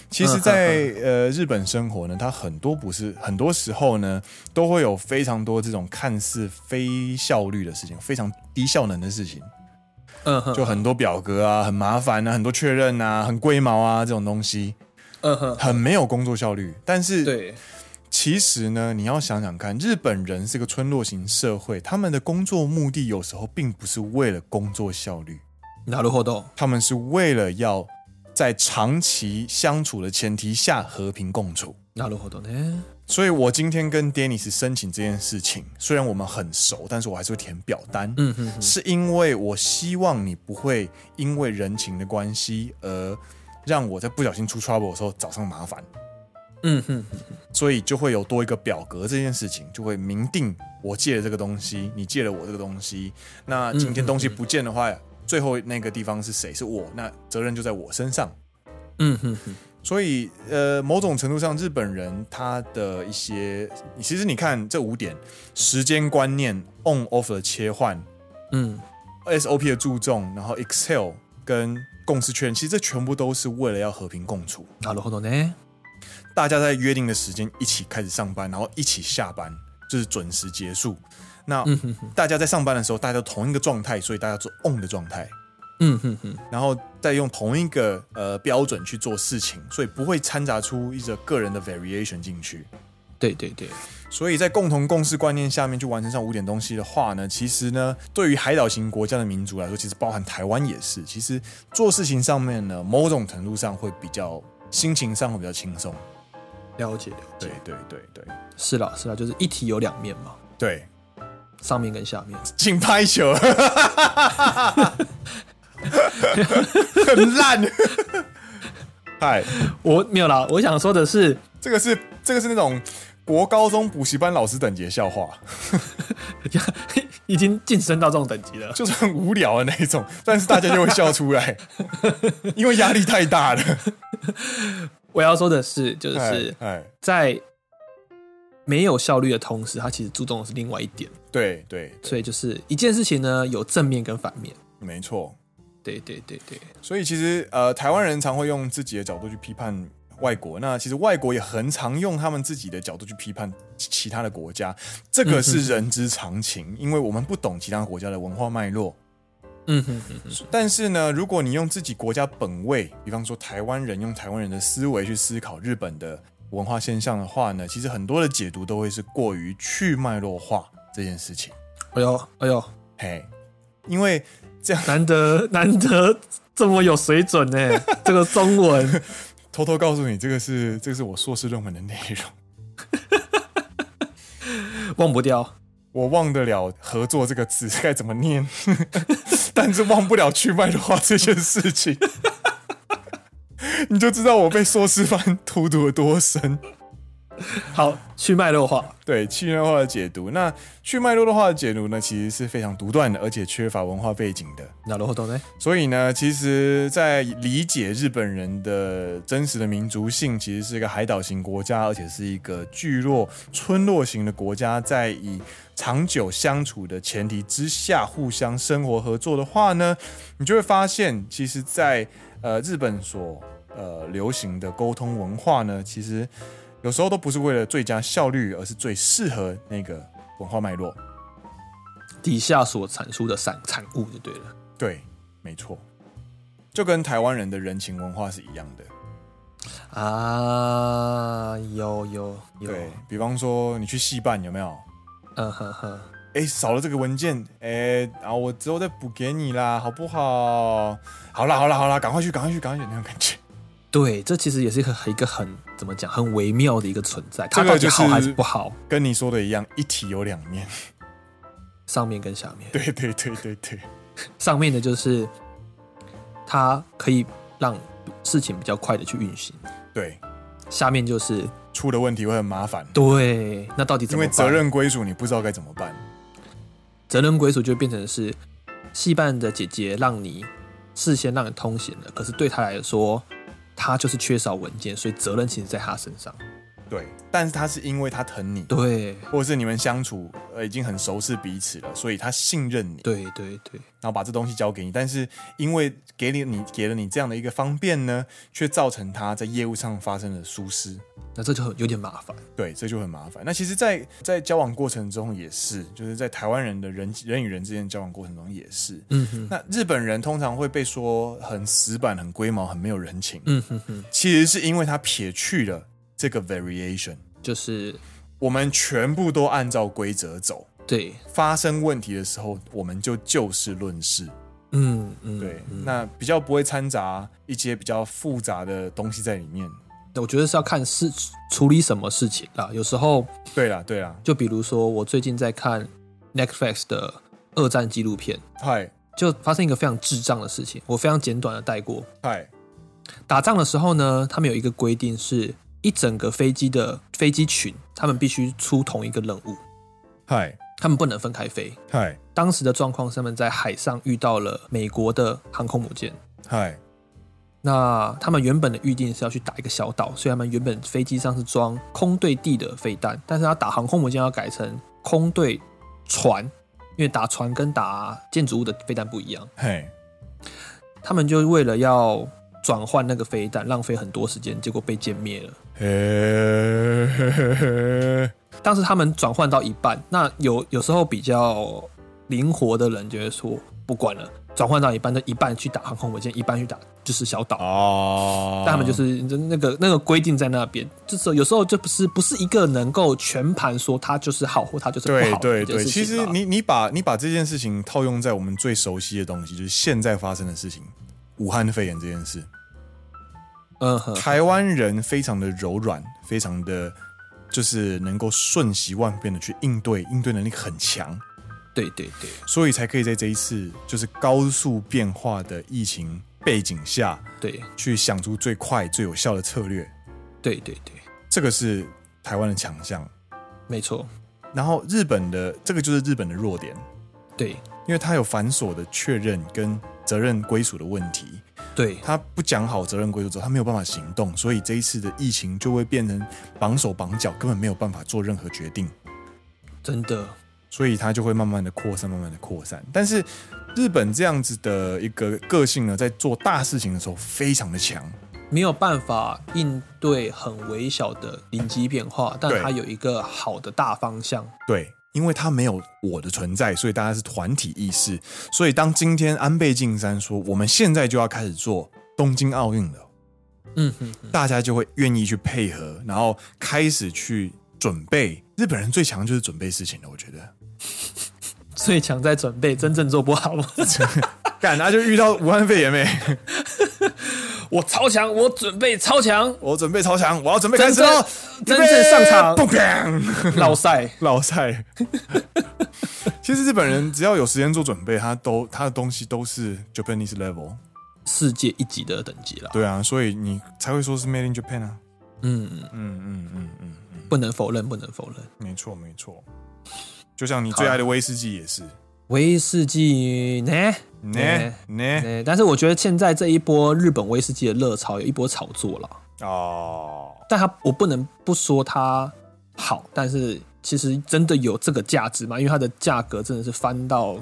S1: 其实在，
S2: 嗯
S1: 呃日本生活呢，它很多不是很多时候呢，都会有非常多这种看似非效率的事情，非常低效能的事情，
S2: 嗯哼，
S1: 就很多表格啊，很麻烦啊，很多确认啊，很龟毛啊这种东西，
S2: 嗯哼，
S1: 很没有工作效率。但是
S2: 对，
S1: 其实呢，你要想想看，日本人是个村落型社会，他们的工作目的有时候并不是为了工作效率。
S2: なるほど。
S1: 他们是为了要在长期相处的前提下和平共处。
S2: なるほどね。
S1: 所以我今天跟 Dennis 申请这件事情，虽然我们很熟，但是我还是会填表单，
S2: 嗯哼哼，
S1: 是因为我希望你不会因为人情的关系而让我在不小心出 trouble 的时候找上麻烦，
S2: 嗯哼哼，
S1: 所以就会有多一个表格这件事情，就会明定我借了这个东西，你借了我这个东西，那今天东西不见的话，最后那个地方是谁？是我，那责任就在我身上。
S2: 嗯哼哼，
S1: 所以，呃，某种程度上，日本人他的一些，其实你看这五点：时间观念、on off 的切换、
S2: 嗯，
S1: SOP 的注重，然后 Excel 跟共识确认，其实这全部都是为了要和平共处，
S2: なるほどね。
S1: 大家在约定的时间一起开始上班，然后一起下班，就是准时结束。那
S2: 嗯哼哼，
S1: 大家在上班的时候，大家都同一个状态，所以大家做 on 的状态。
S2: 嗯哼哼，
S1: 然后再用同一个呃标准去做事情，所以不会掺杂出一个个人的 variation 进去。
S2: 对对对，
S1: 所以在共同共识观念下面去完成上五点东西的话呢，其实呢，对于海岛型国家的民族来说，其实包含台湾也是，其实做事情上面呢，某种程度上会比较心情上会比较轻松。
S2: 了解了解
S1: 对，对对对
S2: 是啦是啦，就是一体有两面嘛，
S1: 对，
S2: 上面跟下面。
S1: 请拍球，很烂。 [laughs] 嗨，
S2: 我没有啦，我想说的是， [laughs]
S1: 这个是这个是那种国高中补习班老师等级的笑话，
S2: 已经晋升到这种等级了。
S1: 就是很无聊的那一种，但是大家就会笑出来，因为压力太大了。
S2: 我要说的是，就是
S1: 哎，哎
S2: 在没有效率的同时，它其实注重的是另外一点，
S1: 对对，对
S2: 所以就是一件事情呢有正面跟反面。
S1: 没错。
S2: 对对对对，
S1: 所以其实呃，台湾人常会用自己的角度去批判外国，那其实外国也很常用他们自己的角度去批判其其他的国家，这个是人之常情，因为我们不懂其他国家的文化脉络。
S2: 嗯哼哼哼，
S1: 但是呢，如果你用自己国家本位，比方说台湾人用台湾人的思维去思考日本的文化现象的话呢，其实很多的解读都会是过于去脉络化这件事情。
S2: 哎呦哎呦，
S1: 嘿，因为
S2: 难得难得这么有水准呢、 [laughs] 这个中文。
S1: 偷偷告诉你，这个是这个是我硕士论文的内容。
S2: 忘不掉。
S1: 我忘得了“合作”这个字该怎么念， [laughs] 但是忘不了去脉的话这件事情， [laughs] 你就知道我被硕士班荼毒的多深。
S2: 好，去脉络化。
S1: 对去脉化的解读，那去脉络的话的解读呢，其实是非常独断的，而且缺乏文化背景的。
S2: なるほどね。
S1: 所以呢，其实，在理解日本人的真实的民族性，其实是一个海岛型国家，而且是一个聚落、村落型的国家，在以长久相处的前提之下，互相生活合作的话呢，你就会发现，其实在，呃日本所呃流行的沟通文化呢，其实有时候都不是为了最佳效率，而是最适合那个文化脉络。
S2: 底下所阐述的产产物就对了。
S1: 对，没错，就跟台湾人的人情文化是一样的。
S2: 啊，有有有，
S1: 对比方说，你去戏办有没有？
S2: 嗯呵呵，
S1: 哎、少了这个文件，哎、啊，我之后再补给你啦，好不好？好啦，好啦，好啦，赶快去，赶快去，赶快去，那种感觉。 [laughs]
S2: 对，这其实也是一个一个很怎么讲，很微妙的一个存在，
S1: 这
S2: 它
S1: 个
S2: 到底
S1: 就是
S2: 好还是不好，
S1: 跟你说的一样，一体有两面。 [laughs]
S2: 上面跟下面，
S1: 对对对对对，
S2: 上面的就是它可以让事情比较快的去运行，
S1: 对，
S2: 下面就是
S1: 出了问题会很麻烦，
S2: 对，那到底怎
S1: 因
S2: 么
S1: 为
S2: 办
S1: 责任归属你不知道该怎么办。
S2: 责任归属就变成是戏办的姐姐让你事先让你通行了，可是对她来说，她就是缺少文件，所以责任其实在她身上。
S1: 对，但是他是因为他疼你，
S2: 对
S1: 或者是你们相处呃已经很熟识彼此了，所以他信任你。
S2: 对对对，
S1: 然后把这东西交给你，但是因为给你你给了你这样的一个方便呢，却造成他在业务上发生了疏失，
S2: 那这就很有点麻烦。
S1: 对，这就很麻烦。那其实在，在交往过程中也是，就是在台湾人的人人与人之间的交往过程中也是。
S2: 嗯哼，
S1: 那日本人通常会被说很死板、很龟毛、很没有人情，
S2: 嗯哼哼，
S1: 其实是因为他撇去了这个 variation，
S2: 就是
S1: 我们全部都按照规则走。
S2: 对，
S1: 发生问题的时候，我们就就事论事。
S2: 嗯嗯，
S1: 对，
S2: 嗯
S1: 那比较不会掺杂一些比较复杂的东西在里面。
S2: 我觉得是要看是处理什么事情啦。有时候
S1: 对啦，对啦，
S2: 就比如说，我最近在看 Netflix 的二战纪录片，
S1: 嗨
S2: 就发生一个非常智障的事情，我非常简短的带过。
S1: 嗨，
S2: 打仗的时候呢，他们有一个规定是，一整个飞机的飞机群，他们必须出同一个任务，
S1: 嗨
S2: 他们不能分开飞。
S1: 嗨
S2: 当时的状况是他们在海上遇到了美国的航空母舰，
S1: 嗨，
S2: 那他们原本的预定是要去打一个小岛，所以他们原本飞机上是装空对地的飞弹，但是要打航空母舰要改成空对船，因为打船跟打建筑物的飞弹不一样。
S1: 嘿，
S2: 他们就为了要转换那个飞弹，浪费很多时间，结果被歼灭了。
S1: 嘿，
S2: 当时他们转换到一半，那有有时候比较灵活的人就会说不管了，转换到一半，就一半去打航空母舰，一半去打就是小岛。
S1: 哦，
S2: 但他们就是那个那个规定在那边，就是有时候就不是不是一个能够全盘说它就是好或它就是不
S1: 对
S2: 好的
S1: 对
S2: 一件
S1: 对，
S2: 事情
S1: 其
S2: 吧
S1: 实你你把你把这件事情套用在我们最熟悉的东西，就是现在发生的事情，武汉肺炎这件事，
S2: 嗯哼，
S1: 台湾人非常的柔软，非常的就是能够瞬息万变的去应对，应对能力很强，
S2: 对对对，
S1: 所以才可以在这一次就是高速变化的疫情背景下，
S2: 对
S1: 去想出最快最有效的策略，
S2: 对对对，
S1: 这个是台湾的强项。
S2: 没错，
S1: 然后日本的这个就是日本的弱点，
S2: 对
S1: 因为它有繁琐的确认跟责任归属的问题，
S2: 对
S1: 他不讲好责任归属之后，他没有办法行动，所以这一次的疫情就会变成绑手绑脚，根本没有办法做任何决定，
S2: 真的，
S1: 所以它就会慢慢的扩散，慢慢的扩散。但是日本这样子的一个个性呢，在做大事情的时候非常的强，
S2: 没有办法应对很微小的临机变化，但
S1: 对
S2: 它有一个好的大方向。
S1: 对，因为他没有我的存在，所以大家是团体意识。所以当今天安倍晋三说我们现在就要开始做东京奥运了，
S2: 嗯哼哼，
S1: 大家就会愿意去配合，然后开始去准备。日本人最强就是准备事情了，我觉得。 [laughs]
S2: 最强在准备，真正做不好。 [laughs]
S1: 干，啊他就遇到武汉肺炎没？，
S2: 我超强，我准备超强
S1: [laughs] 我准备超强，我要准备开始喽！
S2: 真正真正上场
S1: 砰砰， [laughs]
S2: 老赛。
S1: 老赛。其实日本人只要有时间做准备，他都他的东西都是 Japanese level，
S2: 世界一级的等级了。
S1: 对啊，所以你才会说是 Made in Japan 啊。
S2: 嗯，
S1: 嗯嗯嗯嗯嗯，
S2: 不能否认，不能否认。
S1: 没错没错。就像你最爱的威士忌也是，
S2: 威士忌呢？
S1: [laughs] 呢呢
S2: 呢？但是我觉得现在这一波日本威士忌的热潮有一波炒作了，
S1: 哦，
S2: 但它我不能不说它好，但是其实真的有这个价值吗？因为它的价格真的是翻到。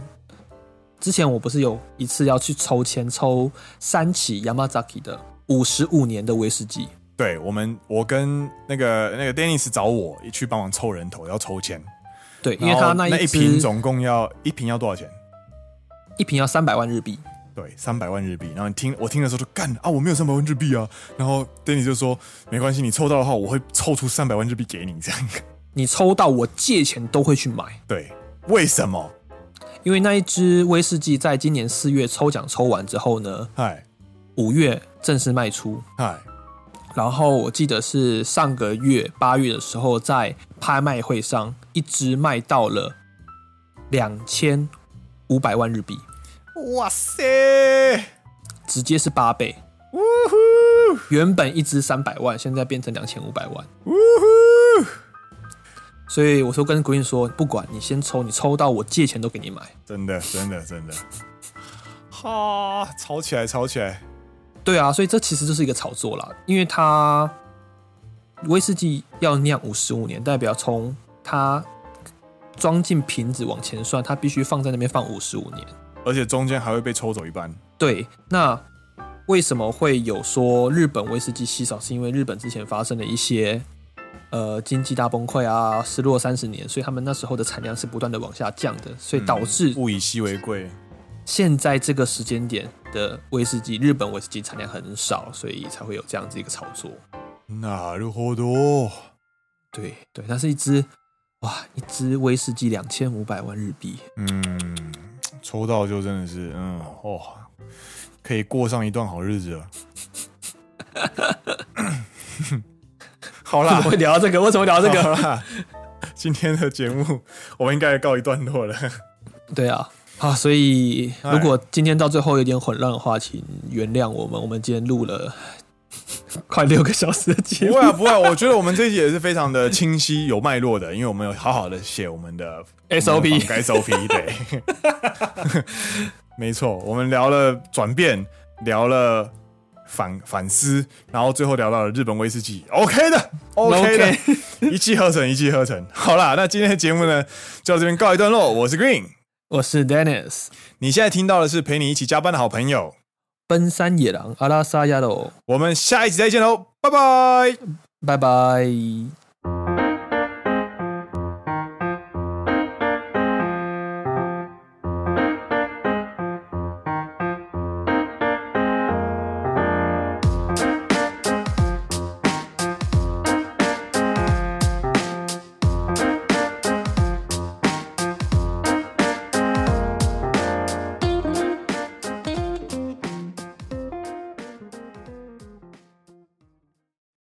S2: 之前我不是有一次要去抽签抽三期 Yamazaki 的五十五年的威士忌，
S1: 对我们我跟那个那个 Dennis 找我去帮忙凑人头，要抽签，
S2: 对，因为它
S1: 然后那
S2: 一
S1: 一
S2: 支
S1: 瓶总共要一瓶要多少钱？
S2: 一瓶要三百万日币，
S1: 对，三百万日币。然后你听我听的时候就干啊，我没有三百万日币啊。然后 Danny 就说没关系，你抽到的话，我会抽出三百万日币给你。这样 [laughs]
S2: 你抽到我借钱都会去买，
S1: 对，为什么？
S2: 因为那一支威士忌在今年四月抽奖抽完之后呢，
S1: 嗨
S2: 五月正式卖出。
S1: 嗨，
S2: 然后我记得是上个月八月的时候，在拍卖会上一支卖到了两千五百万日币，
S1: 哇塞，
S2: 直接是八倍。
S1: 呜呼
S2: 原本一支三百万，现在变成两千五百万。
S1: 呜呼，
S2: 所以我说跟 Green 说，不管你先抽，你抽到我借钱都给你买。
S1: 真的真的真的，哈，吵起来吵起来，
S2: 对啊，所以这其实就是一个炒作啦，因为它威士忌要酿五十五年，代表从它装进瓶子往前算，它必须放在那边放五十五年。
S1: 而且中间还会被抽走一半。
S2: 对，那为什么会有说日本威士忌稀少？是因为日本之前发生了一些呃经济大崩溃啊，失落三十年，所以他们那时候的产量是不断的往下降的，所以导致
S1: 嗯物以稀为贵，
S2: 现在这个时间点的威士忌，日本威士忌产量很少，所以才会有这样子一个炒作。
S1: なるほど。
S2: 对对，但是一支哇，一支威士忌两千五百万日币，
S1: 嗯，抽到就真的是，嗯，哦，可以过上一段好日 [laughs] 子了。好啦
S2: 怎么，会聊到这个？为什么聊到这
S1: 好
S2: 个？
S1: 啦，今天的节目我们应该告一段落了。
S2: 对啊，啊，所以
S1: 哎
S2: 如果今天到最后有点混乱的话，请原谅我们，我们今天录了 [laughs] 快六个小时的
S1: [laughs]
S2: 节
S1: 不会。
S2: 目
S1: 啊，不会、啊，我觉得我们这一集也是非常的清晰、有脉络的，因为我们有好好的写我们的
S2: SOP
S1: 我们的 SOP 对， [laughs] 没错，我们聊了转变，聊了反反思，然后最后聊到了日本威士忌，OK 的，OK 的
S2: OK
S1: [laughs] 一气呵成，一气呵成。好啦，那今天的节目呢，就到这边告一段落。我是 Green，
S2: 我是 Dennis，
S1: 你现在听到的是陪你一起加班的好朋友，
S2: 奔山野狼阿拉萨亚罗，
S1: 我们下一集再见喽，拜拜。
S2: 拜拜。